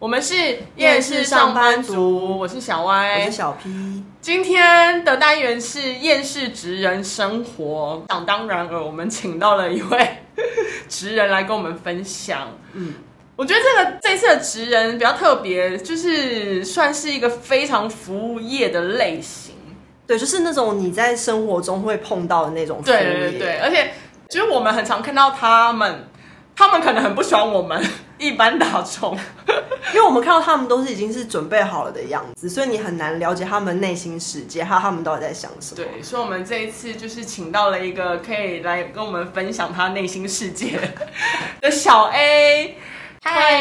我们是夜市上班族，我是小我歪是。小 P，今天的单元是夜市职人生活，想当然而我们请到了一位 职人来跟我们分享。嗯，我觉得这个这次的职人比较特别，就是算是一个非常服务业的类型。对，就是那种你在生活中会碰到的那种服务对业对对对，而且就是我们很常看到他们，他们可能很不喜欢我们 一般大众。因为我们看到他们都是已经是准备好了的样子，所以你很难了解他们内心世界，还有他们到底在想什么。对，所以我们这一次就是请到了一个可以来跟我们分享他内心世界的小 A。嗨，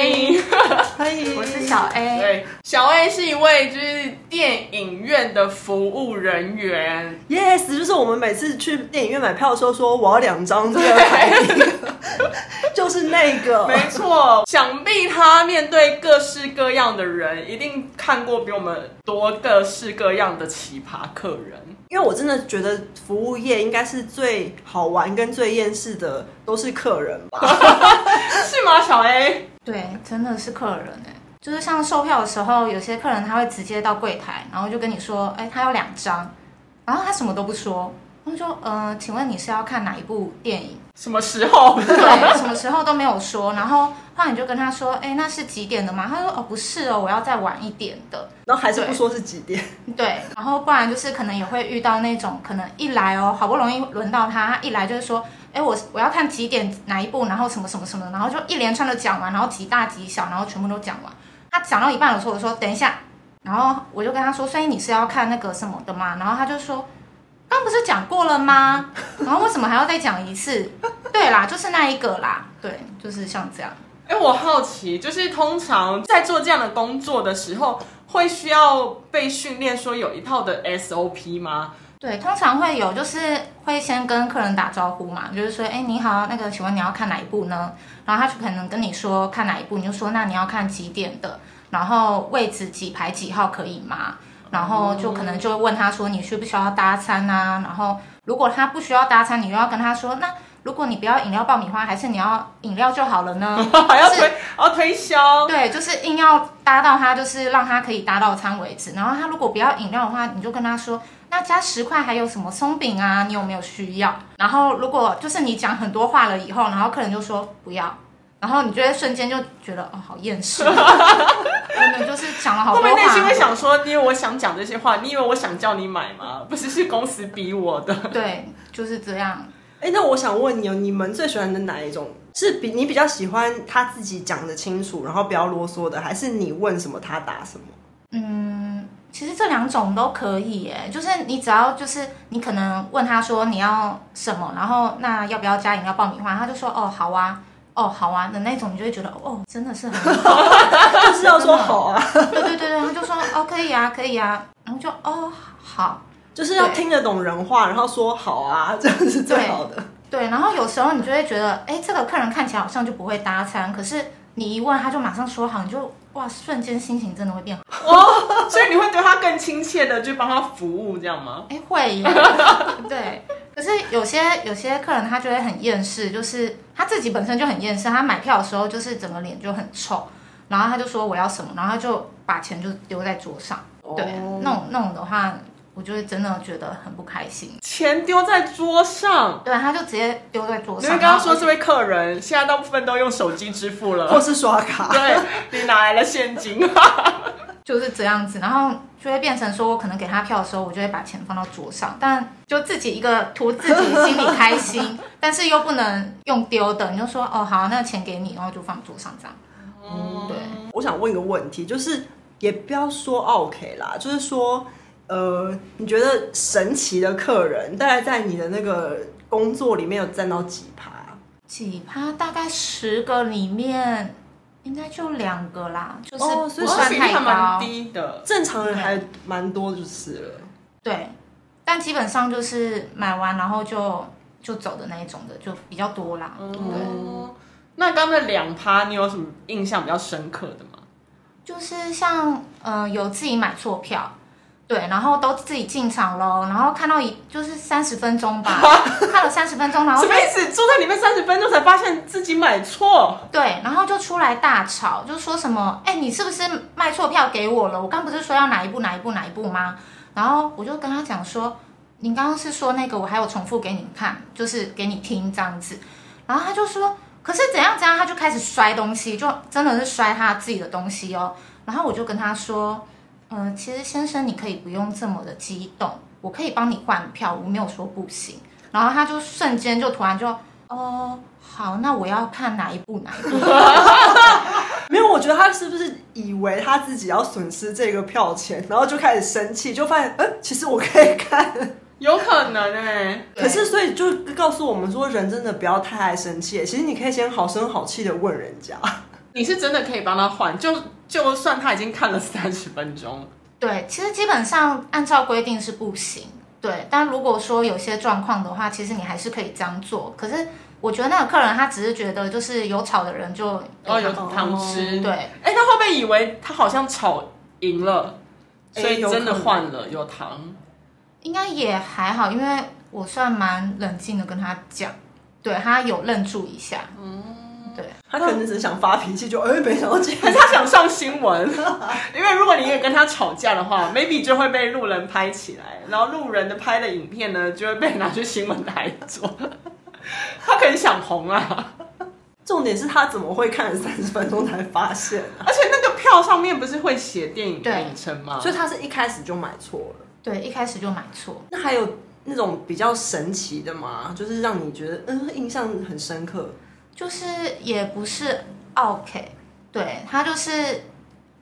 嗨，我是小 A。对，小 A 是一位就是电影院的服务人员， Yes，就是我们每次去电影院买票的时候说我要两张这个排名，就是那个没错，想必他面对各式各样的人，一定看过比我们多各式各样的奇葩客人。因为我真的觉得服务业应该是最好玩跟最厌世的都是客人吧。是吗，小 A？对，真的是客人哎、就是像售票的时候，有些客人他会直接到柜台，然后就跟你说，哎、他要两张，然后他什么都不说，他就说，呃，请问你是要看哪一部电影？什么时候？对，什么时候都没有说，然后后来你就跟他说，哎、那是几点的吗？他说，哦，不是哦，我要再晚一点的。然后还是不说是几点，对，然后不然就是可能也会遇到那种，可能一来哦，好不容易轮到他，他一来就是说，哎，我我要看几点哪一部，然后什么什么什么，然后就一连串的讲完，然后几大几小，然后全部都讲完。他讲到一半的时候，我说等一下，然后我就跟他说，所以你是要看那个什么的吗？然后他就说，刚不是讲过了吗？然后为什么还要再讲一次？对啦，就是那一个啦，对，就是像这样。哎、我好奇，就是通常在做这样的工作的时候，会需要被训练说有一套的 SOP 吗？ 对，通常会有，就是会先跟客人打招呼嘛，就是说，哎，你好，那个，请问你要看哪一部呢？然后他就可能跟你说看哪一部，你就说那你要看几点的，然后位置几排几号可以吗？然后就可能就会问他说你需不需要搭餐啊？然后如果他不需要搭餐，你又要跟他说，那如果你不要饮料爆米花，还是你要饮料就好了呢？还要就是推，还要推销？对，就是硬要搭到他，就是让他可以搭到餐为止。然后他如果不要饮料的话，你就跟他说，那加十块还有什么松饼啊？你有没有需要？然后如果就是你讲很多话了以后，然后客人就说不要，然后你就会瞬间就觉得哦，好厌世， 真的就是讲了好后 多话。哦面内心会想说，你以为我想讲这些话，你以为我想叫你买吗？不是，是公司逼我的。对，就是这样。哎、那我想问你哦，你们最喜欢的哪一种？是比你比较喜欢他自己讲的清楚，然后不要啰嗦的，还是你问什么他答 什么？其实这两种都可以耶，就是你只要就是你可能问他说你要什么，然后那要不要加饮料爆米花，他就说哦好啊，哦好啊的那种，你就会觉得哦真的是很 好，就是要说好啊，对对对对，他就说哦可以啊可以啊，然后就哦好，就是要对听得懂人话，然后说好啊，这样是最好的。对，然后有时候你就会觉得哎这个客人看起来好像就不会搭餐，可是你一问他就马上说好，你就哇瞬间心情真的会变好，哦，所以你会对他更亲切的去帮他服务，这样吗？哎会耶，对。可是有些有些客人他就会很厌世，就是他自己本身就很厌世，他买票的时候就是整个脸就很臭，然后他就说我要什么，然后他就把钱就丢在桌上。对，哦那种那种的话，我就会真的觉得很不开心。钱丢在桌上，对，他就直接丢在桌你上。会跟他说然后这位客人，现在大部分都用手机支付哦或了，是刷卡，对你哪来的现金？就是这样子，然后就会变成说我可能给他票的时候，我就会把钱放到桌上，但就自己一个图自己心里开心，但是又不能用丢的，你就说哦好，那钱给你，然后就放桌上这样。嗯对。我想问一个问题，就是也不要说 OK 啦，就是说，呃，你觉得神奇的客人大概在你的那个工作里面有占到几趴？几趴？大概十个里面应该就两个啦，就是哦不所以算比例太还蛮高。低的。正常人还蛮多就是了。对，但基本上就是买完然后就就走的那一种的，就比较多啦。哦，那刚刚那两趴，你有什么印象比较深刻的吗？就是像呃有自己买错票，对，然后都自己进场喽，然后看到一就是三十分钟吧，看了三十分钟，然后什就么意思？坐在里面三十分钟才发现自己买错，对，然后就出来大吵，就说什么，哎、你是不是卖错票给我了？我刚不是说要哪一部哪一部哪一部吗？然后我就跟他讲说，你刚刚是说那个，我还有重复给你看，就是给你听这样子。然后他就说，可是怎样怎样，他就开始摔东西，就真的是摔他自己的东西哦。然后我就跟他说，嗯、其实先生，你可以不用这么的激动，我可以帮你换票，我没有说不行。然后他就瞬间就突然就，哦，好，那我要看哪一部哪一部。 没有，我觉得他是不是以为他自己要损失这个票钱，然后就开始生气，就发现，呃，其实我可以看。有可能哎、可是，所以就告诉我们说，人真的不要太爱生气。其实你可以先好声好气的问人家，你是真的可以帮他换，就就算他已经看了三十分钟，对，其实基本上按照规定是不行。对，但如果说有些状况的话，其实你还是可以这样做。可是我觉得那个客人他只是觉得就是有吵的人就然后有哦糖吃，对，哎、他会不会以为他好像吵赢了，哎所以有真的可能换了有糖？应该也还好，因为我算蛮冷静的跟他讲，对他有愣住一下。他可能只是想发脾气，就哎、没想到这可样。是他想上新闻， 因为如果你也跟他吵架的话，maybe 就会被路人拍起来，然后路人的拍的影片呢就会被拿去新闻台做。 他可能想红啊，重点是他怎么会看了三十分钟才 发现、啊？而且那个票上面不是会写电影的对名称吗？所以他是一开始就买错了。对，一开始就买错。那还有那种比较神奇的吗？就是让你觉得嗯印象很深刻。 就是也不是 OK，对，她就是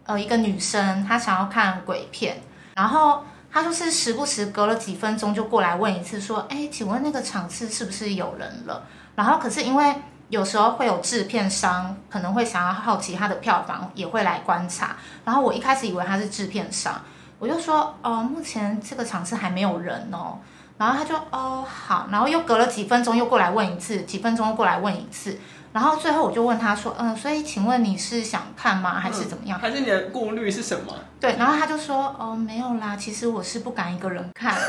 呃一个女生，她想要看鬼片，然后她就是时不时隔了几分钟就过来问一次，说，哎，请问那个场次是不是有人了？然后可是因为有时候会有制片商可能会想要好奇她的票房，也会来观察。然后我一开始以为她是制片商，我就说，哦，目前这个场次还没有人哦。然后他就哦好，然后又隔了几分钟又过来问一次，几分钟又过来问一次，然后最后我就问他说，嗯、所以请问你是想看吗，还嗯是怎么样？还是你的顾虑是什么？对，然后他就说，哦没有啦，其实我是不敢一个人看，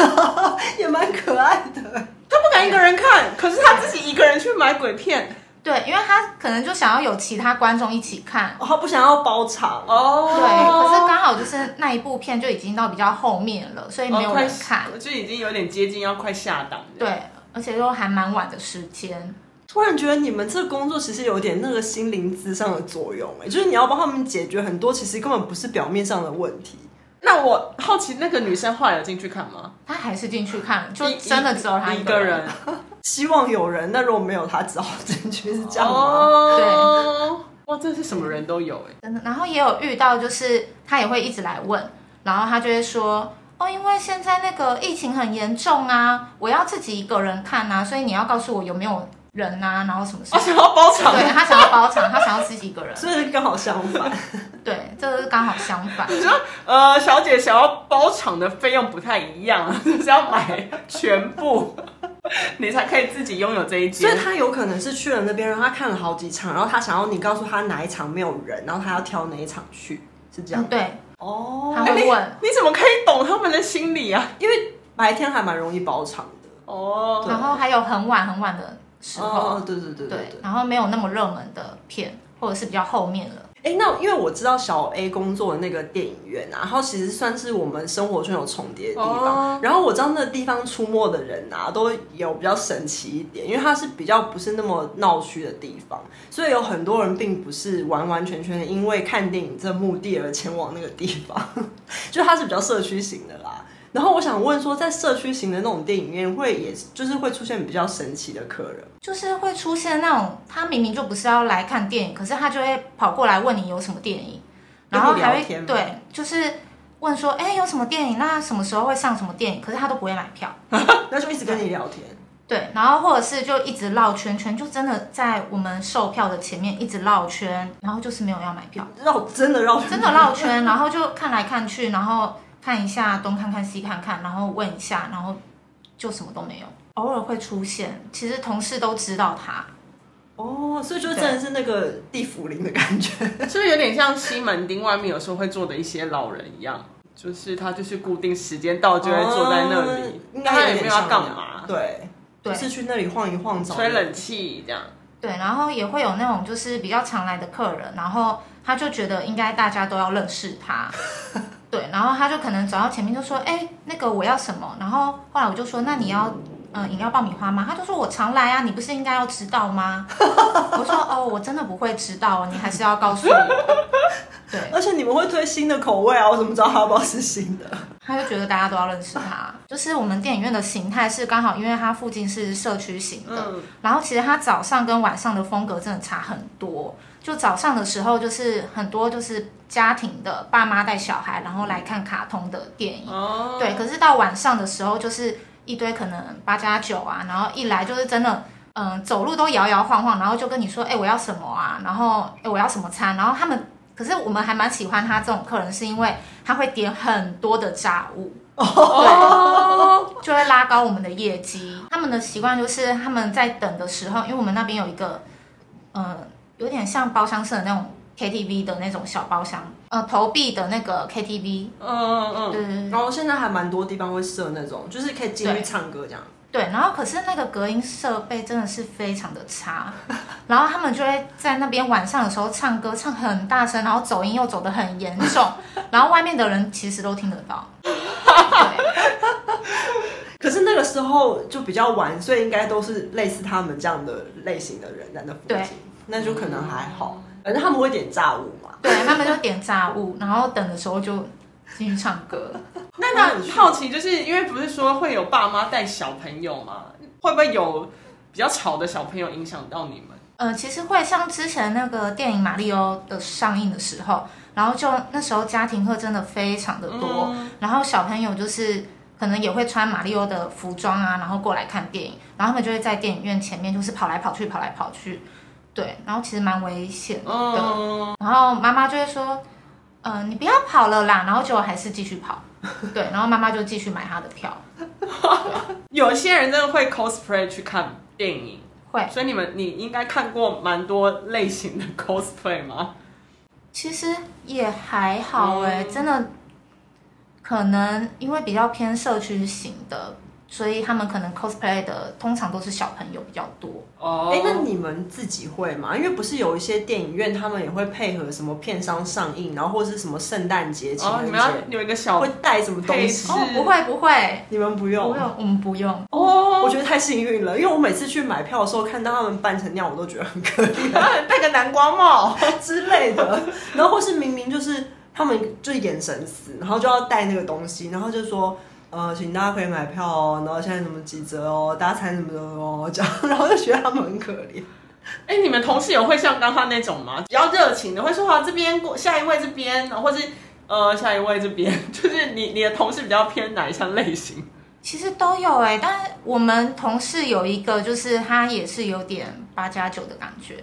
也蛮可爱的。他不敢一个人看，可是他自己一个人去买鬼片对，因为他可能就想要有其他观众一起看，哦，他不想要包场，哦。对，可是刚好就是那一部片就已经到比较后面了，所以没有人看，哦我就已经有点接近要快下档了。对，而且又还蛮晚的时间，突然觉得你们这个工作其实有点那个心灵之上的作用、哎，就是你要帮他们解决很多其实根本不是表面上的问题。那我好奇那个女生后来有进去看吗？他还是进去看了，就一真的只有他一个个人。希望有人，那如果没有他，只好进去是这样吗？哦，哇，这是什么人都有哎、真的。然后也有遇到，就是他也会一直来问，然后他就会说。哦，因为现在那个疫情很严重啊，我要自己一个人看啊，所以你要告诉我有没有人啊，然后什么什我哦想么，要包场，对他想要包场，他想要自己一个人，所以刚好相反，对，这个是刚好相反，呃，小姐想要包场的费用不太一样， 就是要买全部， 你才可以自己拥有这一所以间。他有可能是去了那边，然后他看了好几场，然后他想要你告诉他哪一场没有人，然后他要挑哪一场去，是这样嗯，。对，哦他会问，哎你怎么可以懂他们的心理啊？因为白天还蛮容易包场的。哦，然后还有很晚很晚的时候，哦，对对对对对对，。然后没有那么热门的片，或者是比较后面了，哎、那因为我知道小 A 工作的那个电影院啊，然后其实算是我们生活圈有重叠的地方。哦然后我知道那个地方出没的人啊，都有比较神奇一点，因为它是比较不是那么闹区的地方，所以有很多人并不是完完全全因为看电影这目的而前往那个地方， 就它是比较社区型的啦。然后我想问说，在社区型的那种电影院，会也就是会出现比较神奇的客人，就是会出现那种他明明就不是要来看电影，可是他就会跑过来问你有什么电影，跟然你后还聊会天吗对，就是问说，哎，有什么电影？那什么时候会上什么电影？可是他都不会买票，那就一直跟你聊天。对，然后或者是就一直绕圈圈，就真的在我们售票的前面一直绕圈，然后就是没有要买票。绕真的绕真的绕圈，然后就看来看去，然后看一下东看看西看看，然后问一下，然后就什么都没有。偶尔会出现，其实同事都知道他，哦，所以就真的是那个 地府灵的感觉，是不是有点像西门町外面有时候会坐的一些老人一样？就是他就是固定时间到就会坐在那里，哦应但他也该有没有点要像干那样嘛，对，对就是去那里晃一晃，找吹人冷气这样。对，然后也会有那种就是比较常来的客人，然后他就觉得应该大家都要认识他，对，然后他就可能走到前面就说，哎，那个我要什么？然后后来我就说，那你要嗯、呃饮料爆米花吗？他就说我常来啊，你不是应该要知道吗？我说哦，我真的不会知道，哦你还是要告诉我。对，而且你们会推新的口味啊，我怎么知道它要不要是新的？他就觉得大家都要认识他。就是我们电影院的形态是刚好，因为它附近是社区型的，嗯，然后其实它早上跟晚上的风格真的差很多。就早上的时候，就是很多就是家庭的爸妈带小孩，然后来看卡通的电影。哦，对，可是到晚上的时候，就是一堆可能八加九啊，然后一来就是真的，嗯，走路都摇摇晃晃，然后就跟你说，哎、我要什么啊，然后哎、我要什么餐，然后他们，可是我们还蛮喜欢他这种客人，是因为他会点很多的炸物。哦对，就会拉高我们的业绩。他们的习惯就是他们在等的时候，因为我们那边有一个，呃，有点像包厢式的那种 KTV 的那种小包厢，呃，投币的那个 KTV，嗯嗯嗯，对对对然后现在还蛮多地方会设那种，就是可以进去对唱歌这样。对，然后可是那个隔音设备真的是非常的差，然后他们就会在那边晚上的时候唱歌，唱很大声，然后走音又走得很严重，然后外面的人其实都听得到。对 可是那个时候就比较晚，所以应该都是类似他们这样的类型的人在那附对近，那就可能还好。反正他们会点炸物嘛，对，他们就点炸物，然后等的时候就进去唱歌。那那好奇就是因为不是说会有爸妈带小朋友嘛，会不会有比较吵的小朋友影响到你们？呃，其实会像之前那个电影《马里奥》的上映的时候，然后就那时候家庭课真的非常的多，然后小朋友就是可能也会穿马里奥的服装啊，然后过来看电影，然后他们就会在电影院前面就是跑来跑去，跑来跑去，对，然后其实蛮危险的。嗯，然后妈妈就会说，呃，你不要跑了啦，然后结果还是继续跑，对，然后妈妈就继续买她的票，有些人真的会 cosplay 去看电影，会。所以你们你应该看过蛮多类型的 cosplay 吗？其实也还好哎、嗯真的，可能因为比较偏社区型的，所以他们可能 cosplay 的通常都是小朋友比较多。哦哎、那你们自己会吗？因为不是有一些电影院，他们也会配合什么片商上映，然后或是什么圣诞节、情哦，你人们要节，有一个小会带什么东是西配？哦，不会不会，你们不不用？用，我们不用。哦，我觉得太幸运了，因为我每次去买票的时候，看到他们扮成那样，我都觉得很可怜。得戴个南瓜帽，之类的，然后或是明明就是他们就眼神死，然后就要带那个东西，然后就说呃，请大家可以买票哦，然后现在什么几折哦，大家猜什么哦，这样，然后就觉得他们很可怜。 哎、你们同事有会像刚刚那种吗？比较热情的会说啊好这边过下一位这边，或是呃下一位这边， 就是你你的同事比较偏哪一项类型？其实都有哎、但是我们同事有一个，就是他也是有点八加九的感觉，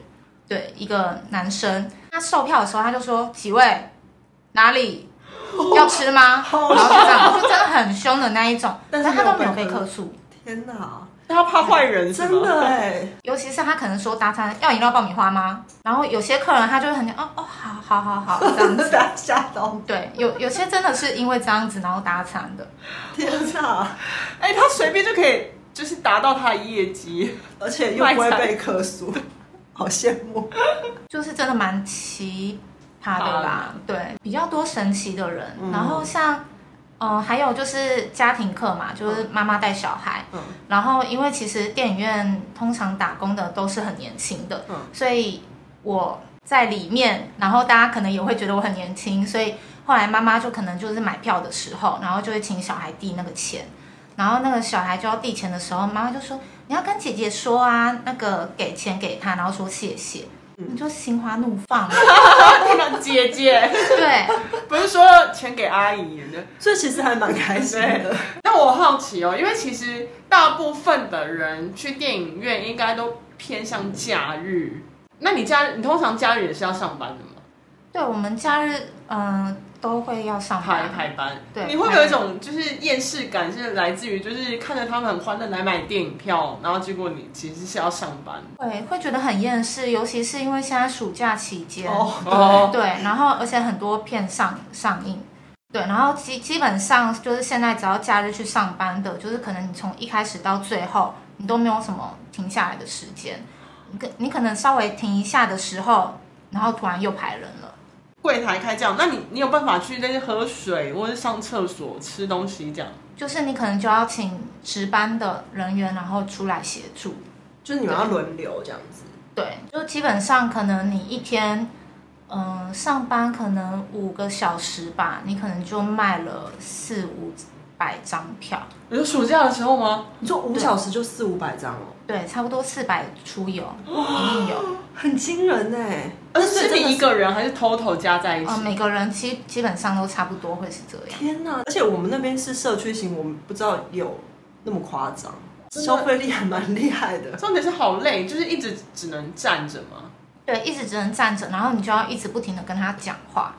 对，一个男生，他售票的时候他就说几位，哪里要吃吗？然后就这样，就真的很凶的那一种，但但是他都没没有有被被客客诉，天哪，他怕坏人是吗真的哎，尤其是他可能说搭餐要饮料爆米花吗？然后有些客人他就会很哦哦好好好好这样 子，大家吓到，对，有有些真的是因为这样子然后搭餐的，天哪，哎、他随便就可以就是达到他的业绩，而且又不会被客诉，好羡慕。就是真的蛮奇葩的啦，对，比较多神奇的人，然后像。嗯，还有就是家庭课嘛，就是妈妈带小孩，嗯然后因为其实电影院通常打工的都是很年轻的，嗯所以我在里面，然后大家可能也会觉得我很年轻，所以后来妈妈就可能就是买票的时候，然后就会请小孩递那个钱，然后那个小孩就要递钱的时候，妈妈就说你要跟姐姐说啊，那个给钱给他，然后说谢谢，嗯你就心花怒 放，姐姐对， 不是说钱给阿姨的。所以其实还蛮开心的，那我好奇哦，因为其实大部分的人去电影院应该都偏向假日，那你假你通常假日也是要上班的吗？对我们假日嗯、都会要上排班，排班，对你会不会有一种就是厌世感，是来自于就是看着他们很欢乐来买电影票，然后结果你其实是要上班会会觉得很厌世，尤其是因为现在暑假期间，哦哦，对，然后而且很多片上上映，对，然后基基本上就是现在只要假日去上班的，就是可能你从一开始到最后，你都没有什么停下来的时间。你可你可能稍微停一下的时候，然后突然又排人了。柜台开这样，那你你有办法去那些喝水或者上厕所、吃东西这样？就是你可能就要请值班的人员，然后出来协助。 就是你们要轮流这样子。对，就基本上可能你一天，嗯、上班可能五个小时吧，你可能就卖了四五百张票，你说暑假的时候吗？你说五小时就四五百张哦，对，差不多四百出游，一定有。很惊人哎、呃，所是以哦真的你一个人还是 total 加在一起？呃，每个人基基本上都差不多会是这样。天哪！而且我们那边是社区型，我们不知道有那么夸张，真的消费力还蛮厉害的。重点是好累，就是一直只能站着嘛。对，一直只能站着，然后你就要一直不停的跟他讲话，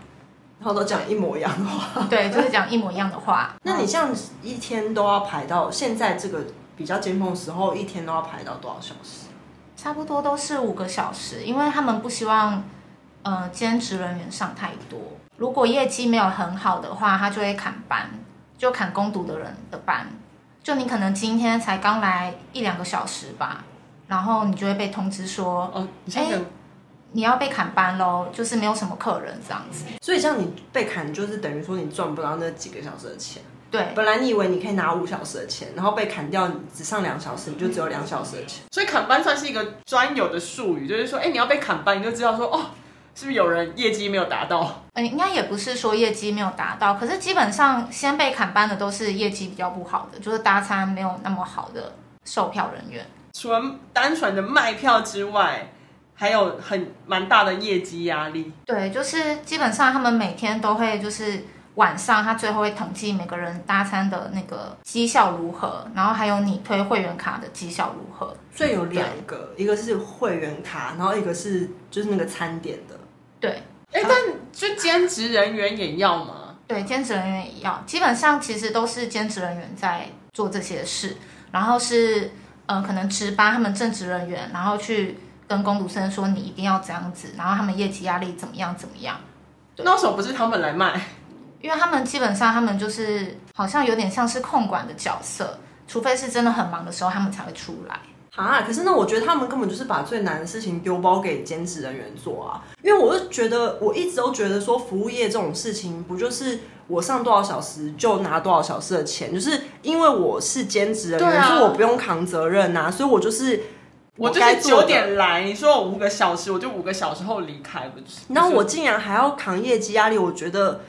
然后都讲一模一样的话。对，就是讲一模一样的话。那你像一天都要排到现在这个比较尖峰的时候，一天都要排到多少小时？差不多都是五个小时，因为他们不希望呃兼职人员上太多。如果业绩没有很好的话，他就会砍班，就砍工读的人的班。就你可能今天才刚来一两个小时吧，然后你就会被通知说哦，你现在哎你要被砍班喽，就是没有什么客人这样子。所以像你被砍，就是等于说你赚不到那几个小时的钱。对，本来你以为你可以拿五小时的钱，然后被砍掉，你只上两小时，你就只有两小时的钱。所以砍班算是一个专有的术语，就是说，哎、你要被砍班，你就知道说，哦，是不是有人业绩没有达到？嗯，应该也不是说业绩没有达到，可是基本上先被砍班的都是业绩比较不好的，就是搭餐没有那么好的售票人员。除了单纯的卖票之外，还有很蛮大的业绩压力。对，就是基本上他们每天都会就是晚上，他最后会统计每个人搭餐的那个绩效如何，然后还有你推会员卡的绩效如何。所以有两个，一个是会员卡，然后一个是就是那个餐点的。对哎、但就兼职人员也要吗？对，兼职人员也要，基本上其实都是兼职人员在做这些事，然后是呃可能值班他们正职人员，然后去跟工读生说你一定要这样子，然后他们业绩压力怎么样怎么样。对那为什么不是他们来卖？因为他们基本上他们就是好像有点像是控管的角色，除非是真的很忙的时候，他们才会出来。啊，可是那我觉得他们根本就是把最难的事情丢包给兼职人员做啊，因为我就觉得我一直都觉得说服务业这种事情，不就是我上多少小时就拿多少小时的钱，就是因为我是兼职人对员，啊所以我不用扛责任呐、啊，所以我就是我就该是做九的。点来，你说我五个小时，我就五个小时后离开，不是？然后不是我竟然还要扛业绩压力，我觉得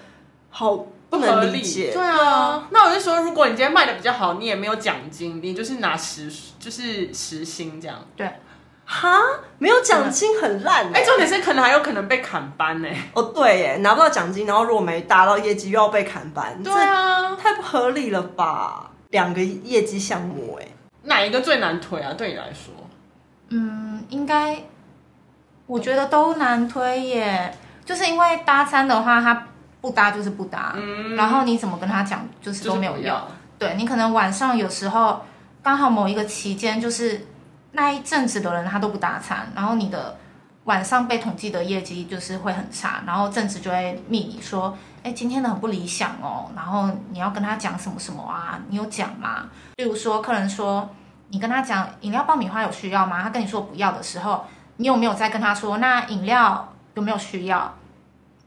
好不能理解。对啊，那我就说，如果你今天卖的比较好，你也没有奖金，你就是拿十就是十薪这样。对，哈，没有奖金很烂、欸。哎、重点是可能还有可能被砍班呢、哦，对耶，拿不到奖金，然后如果没达到业绩，又要被砍班，对啊，太不合理了吧？两个业绩项目，哎，哪一个最难推啊？对你来说，嗯，应该我觉得都难推耶，就是因为搭餐的话，他不搭就是不搭，嗯然后你怎么跟他讲就是就都是没有不用。要。对你可能晚上有时候刚好某一个期间，就是那一阵子的人他都不搭餐，然后你的晚上被统计的业绩就是会很差，然后正职就会密你说，哎，今天的很不理想哦，然后你要跟他讲什么什么啊，你有讲吗？例如说客人说你跟他讲饮料爆米花有需要吗？他跟你说不要的时候，你有没有在跟他说那饮料有没有需要？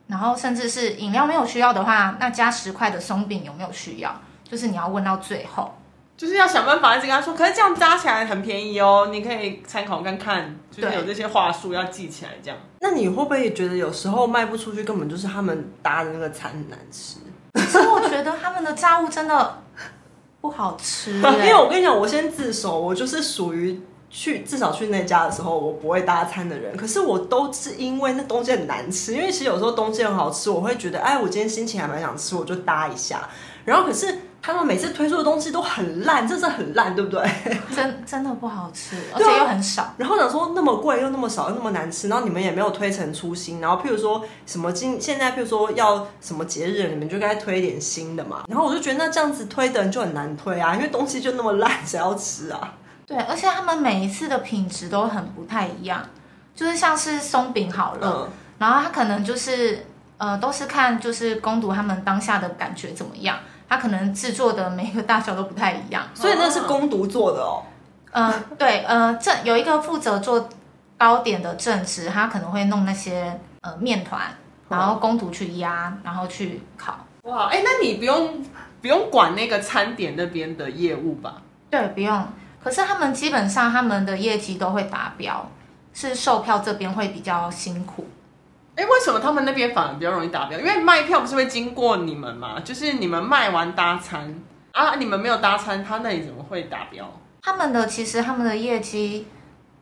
然后甚至是饮料没有需要的话，那加十块的松饼有没有需要？就是你要问到最后。就是要想办法一直跟他说，可是这样扎起来很便宜哦，你可以参考看看，就是对有这些话术要记起来，这样。那你会不会觉得有时候卖不出去，根本就是他们搭的那个餐很难吃？其实我觉得他们的炸物真的不 好吃、欸，因为我跟你讲，我先自首，我就是属于去至少去那家的时候，我不会搭餐的人。可是我都是因为那东西很难吃，因为其实有时候东西很好吃，我会觉得，哎，我今天心情还蛮想吃，我就搭一下。然后可是他们每次推出的东西都很烂，真是很烂，对不对？真真的不好吃，而啊且又很少。然后想说那么贵又那么少又那么难吃，然后你们也没有推陈出新，然后譬如说什么今现在譬如说要什么节日，你们就该推一点新的嘛。然后我就觉得那这样子推的人就很难推啊，因为东西就那么烂，谁要吃啊？对，而且他们每一次的品质都很不太一样，就是像是松饼好了，嗯，然后它可能就是呃，都是看就是攻读他们当下的感觉怎么样，他可能制作的每个大小都不太一样。所以那是攻读做的哦。嗯、对，呃，正有一个负责做糕点的正职，他可能会弄那些呃面团，然哦后攻读去压，然后去烤。哇，哎、那你不用不用管那个餐点那边的业务吧？对，不用。可是他们基本上他们的业绩都会达标，是售票这边会比较辛苦。哎、为什么他们那边反而比较容易达标？因为卖票不是会经过你们嘛，就是你们卖完搭餐啊，你们没有搭餐，他那里怎么会达标？他们的其实他们的业绩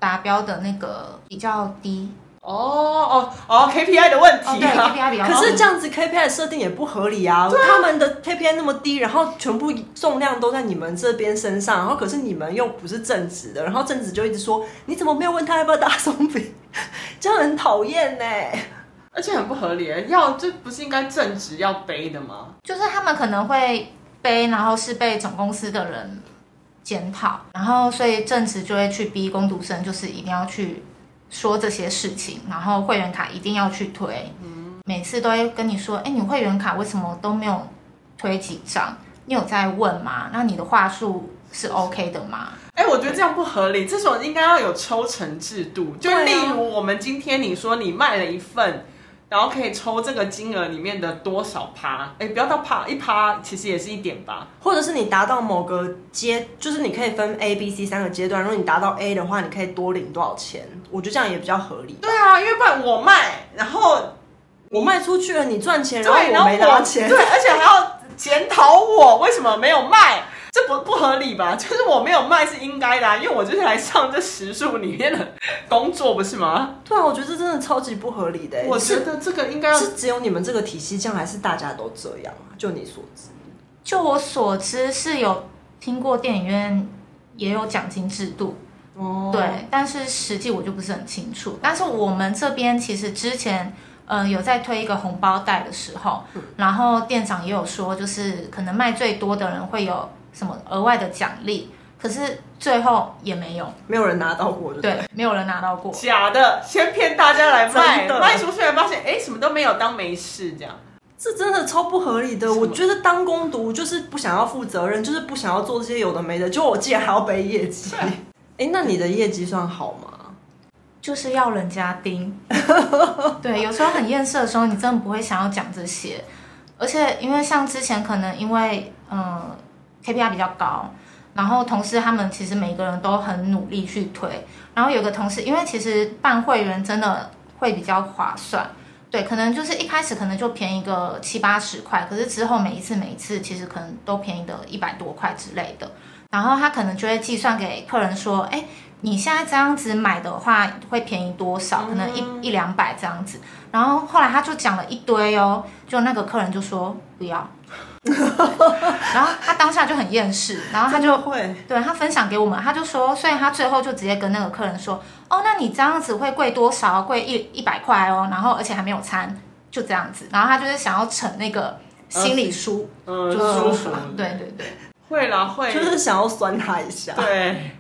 达标的那个比较低，哦哦哦，KPI 的问哦 题对啊， ，KPI 比较低。可是这样子 KPI 的设定也不合理啊，他们的 KPI 那么低，然后全部重量都在你们这边身上，然后可是你们又不是正职的，然后正职就一直说你怎么没有问他要不要打松饼， 这样很讨厌欸呢。 而且很不合理耶。要这不是应该正职要背的吗？就是他们可能会背，然后是被总公司的人检讨，然后所以正职就会去逼工读生，就是一定要去说这些事情，然后会员卡一定要去推，每次都会跟你说，哎，你会员卡为什么都没有推几张？你有在问吗？那你的话术是 OK 的吗？哎、我觉得这样不合理，这种应该要有抽成制度。就对啊例如我们今天你说你卖了一份，然后可以抽这个金额里面的多少趴？哎、不要到趴一趴，其实也是一点吧。或者是你达到某个阶，就是你可以分 A、B、C 三个阶段，如果你达到 A 的话，你可以多领多少钱，我觉得这样也比较合理。对啊，因为不然我卖，然后我卖出去了，你赚钱，然后对，然我后没拿钱对，，而且还要检讨我为什么没有卖，这不不合理吧？就是我没有卖是应该的、啊，因为我就是来上这时数里面的工作，不是吗？对啊，我觉得这真的超级不合理的、我是觉得这个应该要是只有你们这个体系这样，还是大家都这样啊？就你所知，就我所知是有听过电影院也有奖金制度，哦对，但是实际我就不是很清楚。但是我们这边其实之前，呃，有在推一个红包袋的时候，嗯然后店长也有说，就是可能卖最多的人会有什么额外的奖励，可是最后也没有，没有人拿到过，对不对，对，没有人拿到过。假的，先骗大家来卖，真的卖出去才发现，哎、什么都没有，当没事这样。这真的超不合理的。什么我觉得当工读就是不想要负责任，就是不想要做这些有的没的，就我竟然还要背业绩。哎，那你的业绩算好吗？就是要人家 盯。对，有时候很厌世的时候，你真的不会想要讲这些。而且因为像之前可能因为嗯 KPI 比较高，然后同事他们其实每个人都很努力去推，然后有个同事因为其实办会员真的会比较划算。对，可能就是一开始可能就便宜个七八十块，可是之后每一次每一次其实可能都便宜的一百多块之类的，然后他可能就会计算给客人说，哎，你现在这样子买的话会便宜多少？可能一、一两百这样子。然后后来他就讲了一堆哦，就那个客人就说不要， 然后他当下就很厌世，然后他就真的会对他分享给我们，他就说，所以他最后就直接跟那个客人说，哦，那你这样子会贵多少？贵一一百块哦，然后而且还没有餐，就这样子。然后他就是想要逞那个心理书，嗯，就舒是服说，，对对对，会啦会，就是想要酸他一下。对。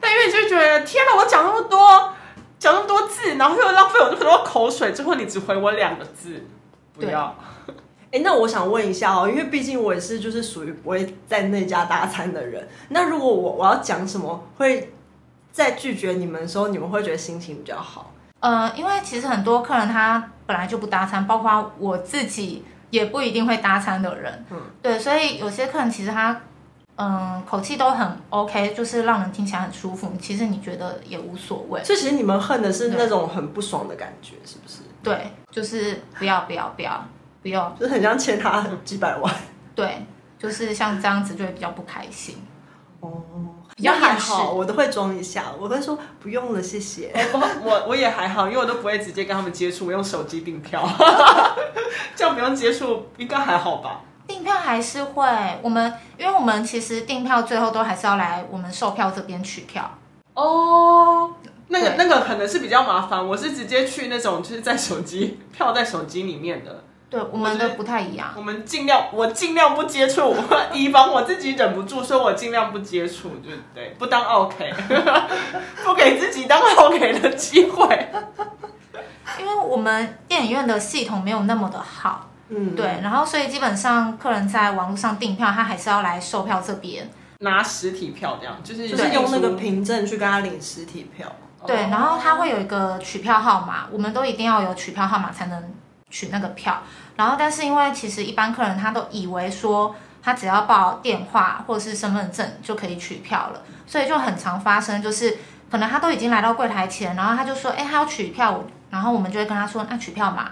但因为你就觉得，天哪，我讲那么多，讲那么多字，然后又浪费我那么多口水，最后你只回我两个字，不要。哎、那我想问一下哦，因为毕竟我也是就是属于不会在那家搭餐的人。那如果我我要讲什么，会在拒绝你们的时候，你们会觉得心情比较好？呃，因为其实很多客人他本来就不搭餐，包括我自己也不一定会搭餐的人，嗯对，所以有些客人其实他。嗯，口气都很 OK，就是让人听起来很舒服。其实你觉得也无所谓，所以其实你们恨的是那种很不爽的感觉，是不是？对，就是不要不要不要不用，就是很像欠他几百万。对，就是像这样子就会比较不开心。哦，比较那还厌世好，我都会装一下，我会说不用了，谢谢。我 我我也还好，因为我都不会直接跟他们接触，我用手机订票，这样不用接触，应该还好吧？订票还是会，我们因为我们其实订票最后都还是要来我们售票这边取票，哦，那个对那个可能是比较麻烦，我是直接去那种就是在手机票在手机里面的，对，我们我觉的得不太一样。我们尽量我尽量不接触，以防我自己忍不住，所以我尽量不接触，对不对？不当 OK，不给自己当 OK 的机会。因为我们电影院的系统没有那么的好，嗯，对，然后所以基本上客人在网络上订票，他还是要来售票这边，拿实体票这样，就是就是用那个平。凭证去跟他领实体票。对，哦然后他会有一个取票号码，我们都一定要有取票号码才能取那个票。然后，但是因为其实一般客人他都以为说他只要报电话或者是身份证就可以取票了，所以就很常发生就是可能他都已经来到柜台前，然后他就说：“哎，他要取票。”然后我们就会跟他说：“那取票嘛。”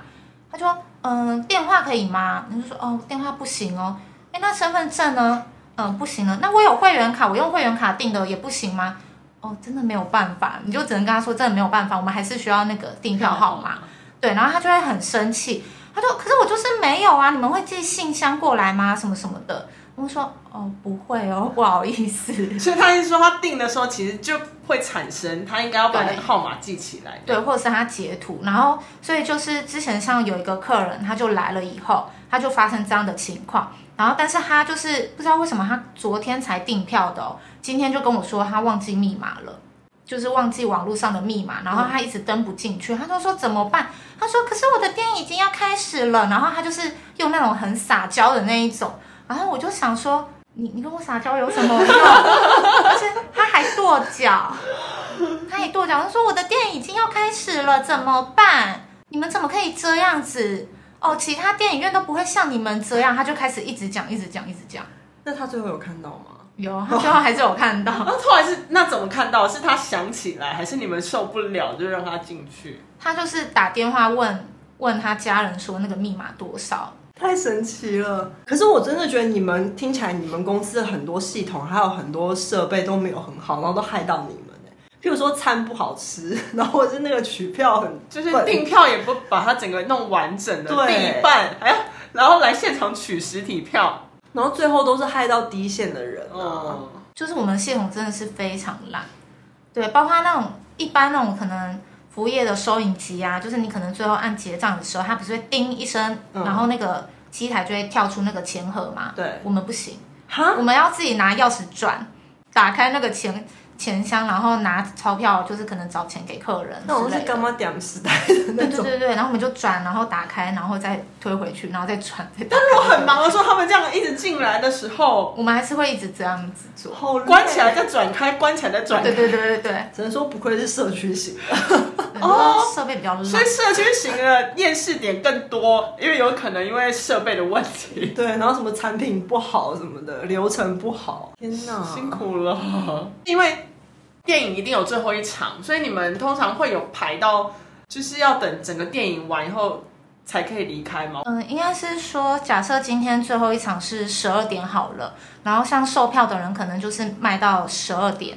他就说：“嗯、电话可以吗？”你就说：“哦，电话不行哦。”哎，那身份证呢？嗯，不行了。那我有会员卡，我用会员卡订的也不行吗？哦，真的没有办法，你就只能跟他说真的没有办法，我们还是需要那个订票号码。对，然后他就会很生气，他就可是我就是没有啊，你们会寄信箱过来吗？什么什么的。我说哦，不会哦，不好意思。所以他是说，他订的时候其实就会产生，他应该要把那对个号码记起来。对，或者是他截图，然后所以就是之前像有一个客人，他就来了以后，他就发生这样的情况，然后但是他就是不知道为什么他昨天才订票的、哦，今天就跟我说他忘记密码了。就是忘记网络上的密码，然后他一直登不进去，他就说怎么办？他说可是我的电影已经要开始了，然后他就是用那种很撒娇的那一种，然后我就想说你你跟我撒娇有什么用？ 而且他还跺脚，他也跺脚，他说我的电影已经要开始了，怎么办？你们怎么可以这样子？哦，其他电影院都不会像你们这样，他就开始一直讲，一直讲，一直讲。那他最后有看到吗？有，他最后还是有看到， 然后后来是那怎么看到？是他想起来，还是你们受不了就让他进去？他就是打电话问问他家人说那个密码多少。太神奇了！可是我真的觉得你们听起来，你们公司的很多系统还有很多设备都没有很好，然后都害到你们欸。譬如说餐不好吃， 然后或者是那个取票很就是笨订票也不把它整个弄完整的，对订一半，还要然后来现场取实体票。然后最后都是害到第一线的人啊。哦，就是我们系统真的是非常烂，对，包括那种一般那种可能服务业的收银机啊，就是你可能最后按结账的时候，它不是会叮一声，嗯然后那个机台就会跳出那个钱盒嘛？对我们不行，哈，我们要自己拿钥匙转，打开那个钱钱箱，然后拿钞票，就是可能找钱给客人之类的。那种是干妈点时代的那对对种。对对，然后我们就转，然后打开，然后再推回去，然后再转， 再打但如果很忙的时候，他们这样一直进来的时候，我们还是会一直这样子做。好累啊关起来，再转开，关起来再转对开。对对对对，只能说不愧是社区型的。哦设备比较烂。所以社区型的夜市点更多，因为有可能因为设备的问题，对，然后什么产品不好什么的，流程不好，天哪，辛。苦了。嗯因为电影一定有最后一场，所以你们通常会有排到，就是要等整个电影完以后才可以离开吗？嗯，应该是说，假设今天最后一场是十二点好了，然后像售票的人可能就是卖到十二点，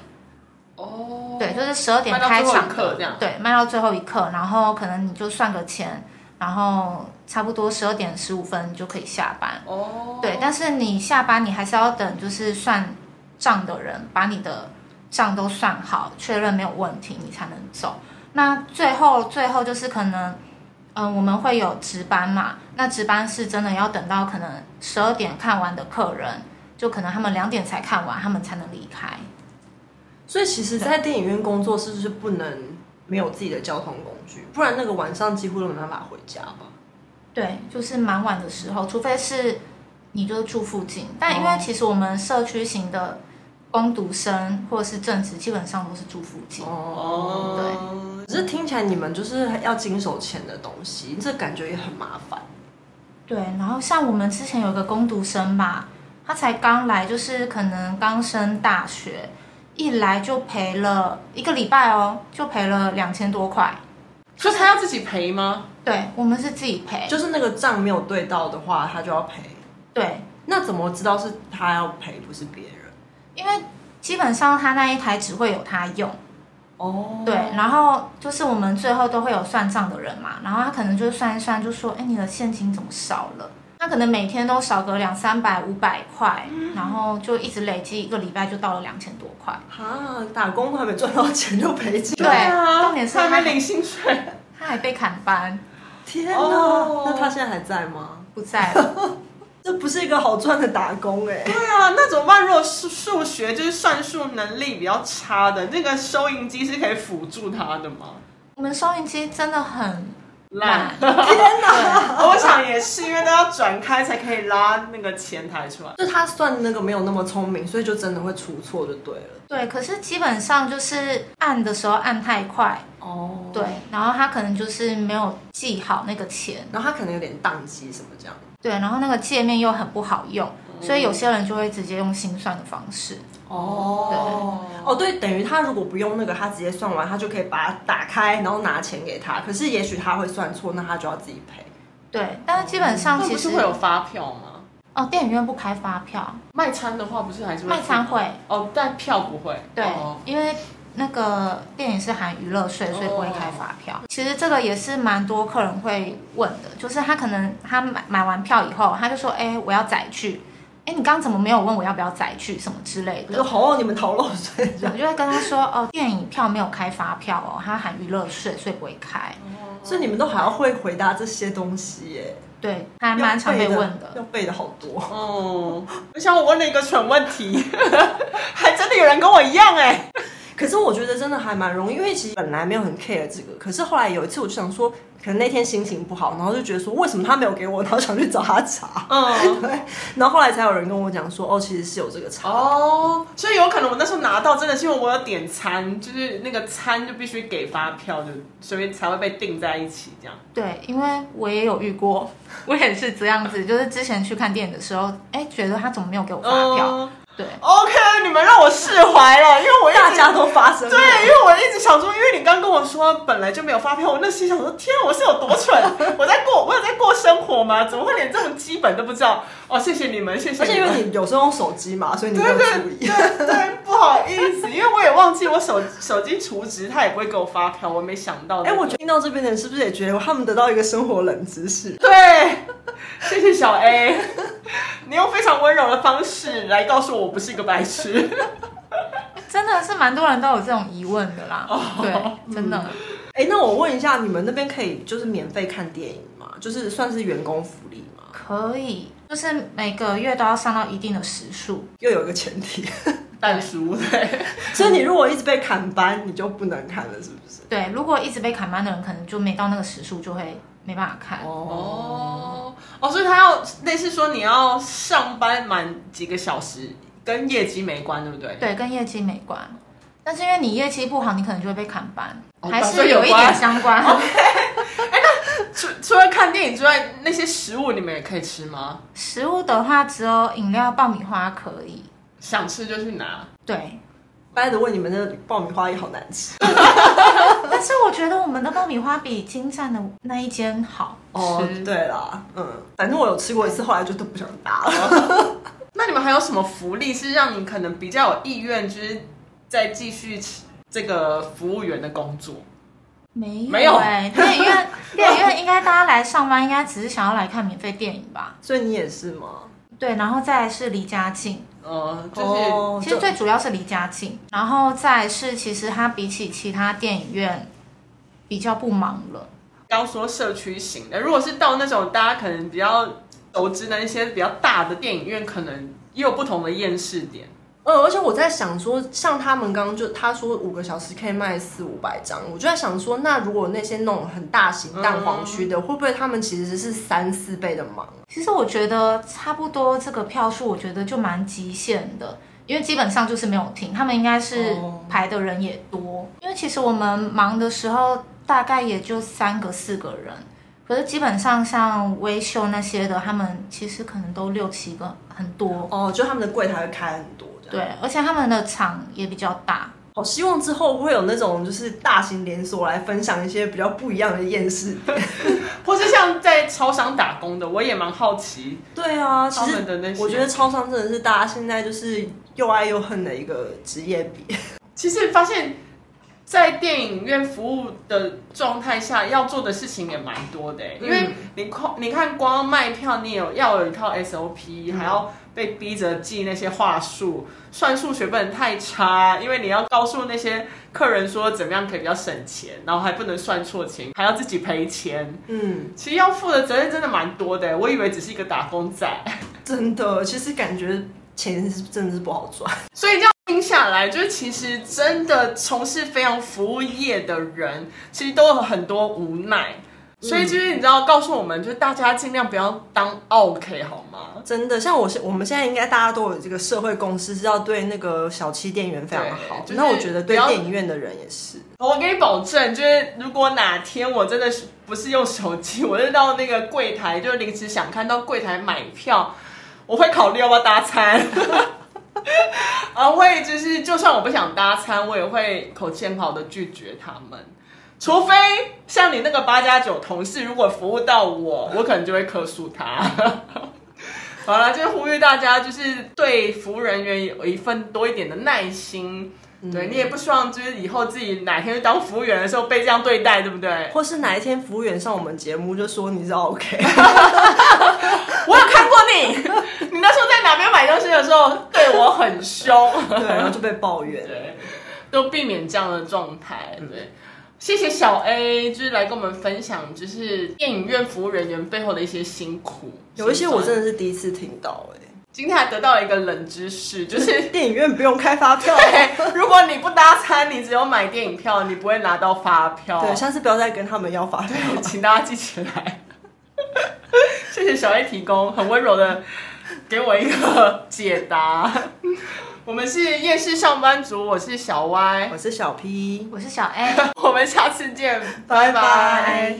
哦，对，就是十二点卖到开最后场一刻这样对，卖到最后一刻，然后可能你就算个钱，然后差不多十二点十五分你就可以下班，哦，对，但是你下班你还是要等，就是算账的人把你的账都算好，确认没有问题，你才能走。那最后最后就是可能，嗯、我们会有值班嘛，那值班是真的要等到可能十二点看完的客人，就可能他们两点才看完，他们才能离开。所以其实，在电影院工作是不是不能没有自己的交通工具？不然那个晚上几乎都没办法回家吧？对，就是蛮晚的时候，除非是你就是住附近，但因为哦其实我们社区型的工读生或者是正职，基本上都是住附近。哦，哦，只是听起来你们就是要经手钱的东西，这感觉也很麻烦。对，然后像我们之前有一个攻读生吧，他才刚来，就是可能刚升大学，一来就赔了一个礼拜哦，就赔了两千多块。所以他要自己赔吗？对，我们是自己赔。就是那个账没有对到的话，他就要赔。对，那怎么知道是他要赔，不是别人？因为基本上他那一台只会有他用。哦，对，然后就是我们最后都会有算账的人嘛，然后他可能就算一算，就说，哎，你的现金怎么少了？他可能每天都少个两三百、五百块，嗯然后就一直累积，一个礼拜就到了两千多块。哈，打工还没赚到钱就赔钱，对啊，重点是他还他没领薪水。他还被砍班，天哪！哦那他现在还在吗？不在了。 这不是一个好赚的打工哎、对啊，那怎么办？如果数数学就是算术能力比较差的，那个收银机是可以辅助他的吗？我们收银机真的很烂。 天哪！我想也是，因为都要转开才可以拉那个前台出来。就他算那个没有那么聪明，所以就真的会出错就对了。 对，可是基本上就是按的时候按太快，哦，对，然后他可能就是没有记好那个钱，然后他可能有点宕机什么这样。对，然后那个界面又很不好用，所以有些人就会直接用心算的方式。哦，哦，对，等于他如果不用那个，他直接算完，他就可以把它打开，然后拿钱给他。可是也许他会算错，那他就要自己赔。对，但是基本哦上那其不实是会有发票吗？哦，电影院不开发票，卖餐的话不是还是会卖餐会，哦，但票不会。对，哦因为那个电影是含娱乐税，所以不会开哦发票。其实这个也是蛮多客人会问的，就是他可能他买买完票以后，他就说：“哎、我要载具。”哎，你刚刚怎么没有问我要不要载具什么之类我的 说？好哦，你们逃漏税这对样。我就会跟他说：“哦，电影票没有开发票哦，它含娱乐税，所以不会开。所以你们都还要会回答这些东西耶，”对，他还蛮常被问的。要背的好多。哦，我想我问了一个蠢问题， 还真的有人跟我一样哎、可是我觉得真的还蛮容易，因为其实本来没有很 care 这个，可是后来有一次我就想说，可能那天心情不好，然后就觉得说为什么他没有给我，然后想去找他查，嗯，然后后来才有人跟我讲说，哦，其实是有这个查。哦，所以有可能我那时候拿到真的是因为我有点餐，就是那个餐就必须给发票，就所以才会被定在一起这样。对，因为我也有遇过， 我也是这样子，就是之前去看电影的时候，哎，觉得他怎么没有给我发票？嗯对， OK，你们让我释怀了，因为我一直大家都发生过对，因为我一直想说，因为你刚跟我说本来就没有发票，我那心想说，天啊，我是有多 蠢？我在过，我有在过生活吗？怎么会连这么基本都不知道？哦，谢谢你们，谢谢而且你因们。为你有时候用手机嘛，所以你没对有对注意。对对，不好意思，因为我也忘记我手手机储值，他也不会给我发票，我没想到。哎、我听到这边的人是不是也觉得他们得到一个生活冷知识？对，谢谢小 A，你用非常温柔的方式来告诉我，我不是一个白 痴。真的是蛮多人都有这种疑问的啦。哦对，真的。哎、那我问一下，你们那边可以就是免费看电影吗？就是算是员工福利吗？可以，就是每个月都要上到一定的时数。又有一个前 提，蛋叔，对，所以你如果一直被砍班，你就不能看了，是不是？对，如果一直被砍班的人，可能就没到那个时数，就会没办法看。哦哦，所以他要类似说你要上班满几个小时，跟业绩没关，对不对？对，跟业绩没关。但是因为你业绩不好，你可能就会被砍班，哦还所是以有有一点关相关。 除除了看电影之外，那些食物你们也可以吃吗？食物的话，只有饮料、爆米花可以。想吃就去拿。对，拜的问你们的爆米花也好难吃但是我觉得我们的爆米花比金站的那一间好吃。哦对啦，嗯，反正我有吃过一次，后来就都不想打了。那你们还有什么福利是让你可能比较有意愿，就是再继续吃这个服务员的工作？没没有哎、电 影院，电影院应该大家来上班，应该只是想要来看免费电影吧？所以你也是吗？对，然后再来是离家近，呃，就是、哦其实就最主要是离家近，然后再来是其实它比起其他电影院比较不忙了。刚说社区型的，如果是到那种大家可能比较熟知的一些比较大的电影院，可能也有不同的厌世点。呃，而且我在想说，像他们刚刚就他说五个小时可以卖四五百张，我就在想说，那如果那些那种很大型蛋黄区的，会不会他们其实是三四倍的忙？其实我觉得差不多这个票数，我觉得就蛮极限的，因为基本上就是没有停，他们应该是哦排的人也多。因为其实我们忙的时候大概也就三个四个人，可是基本上像微秀那些的，他们其实可能都六七个，很多。哦，就他们的柜台会开很多这样。对，而且他们的场也比较大，好希望之后会有那种就是大型连锁来分享一些比较不一样的厌世。或是像在超商打工的，我也蛮好奇 对啊，其他实们的那些。我觉得，超商真的是大家现在就是又爱又恨的一个职业比。其实发现，在电影院服务的状态下，要做的事情也蛮多的欸、因为你光你看光卖票，你有要有一套 SOP，、还要被逼着记那些话术，算数学不能太差，因为你要告诉那些客人说怎么样可以比较省钱，然后还不能算错钱，还要自己赔钱。嗯，其实要负的责任真的蛮多的欸、我以为只是一个打工仔，真的，其实感觉钱是真的是不好赚。所以这样听下来，就是其实真的从事非常服务业的人，其实都有很多无奈。所以就是你知道，告诉我们，就是大家尽量不要当 OK 好吗？真的，像我现我们现在应该大家都有这个社会共识，是要对那个小七店员非常对好。就是那我觉得对不要电影院的人也是，我跟你保证，就是如果哪天我真的是不是用手机，我是到那个柜台，就临时想看到柜台买票，我会考虑要不要搭餐。 啊，会就是，就算我不想搭餐，我也会口气很好的拒绝他们。除非像你那个八加九同事，如果服务到我，我可能就会客诉他。 好了，就是呼吁大家，就是对服务人员有一份多一点的耐心。对你也不希望，就是以后自己哪天当服务员的时候被这样对待，对不 对？或是哪一天服务员上我们节目就说你是 OK，我有看过你，你那时候在哪边买东西的时候对我很凶。对，然后就被抱怨。对，都避免这样的状态。嗯对，谢谢小 A，就是来跟我们分享，就是电影院服务人员背后的一些辛苦。有一些我真的的是第一次听到、今天还得到了一个冷知 识，就哎，是。电影院不用开发票。对，如果你不搭餐，你只有买电影票，你不会拿到发票。对，下次不要再跟他们要发票。请大家记起来。 谢谢小 A 提供很温柔的给我一个解答。 我们是夜市上班族，我是小 Y，我是小 P，我是小 A。我们下次见，拜拜拜拜。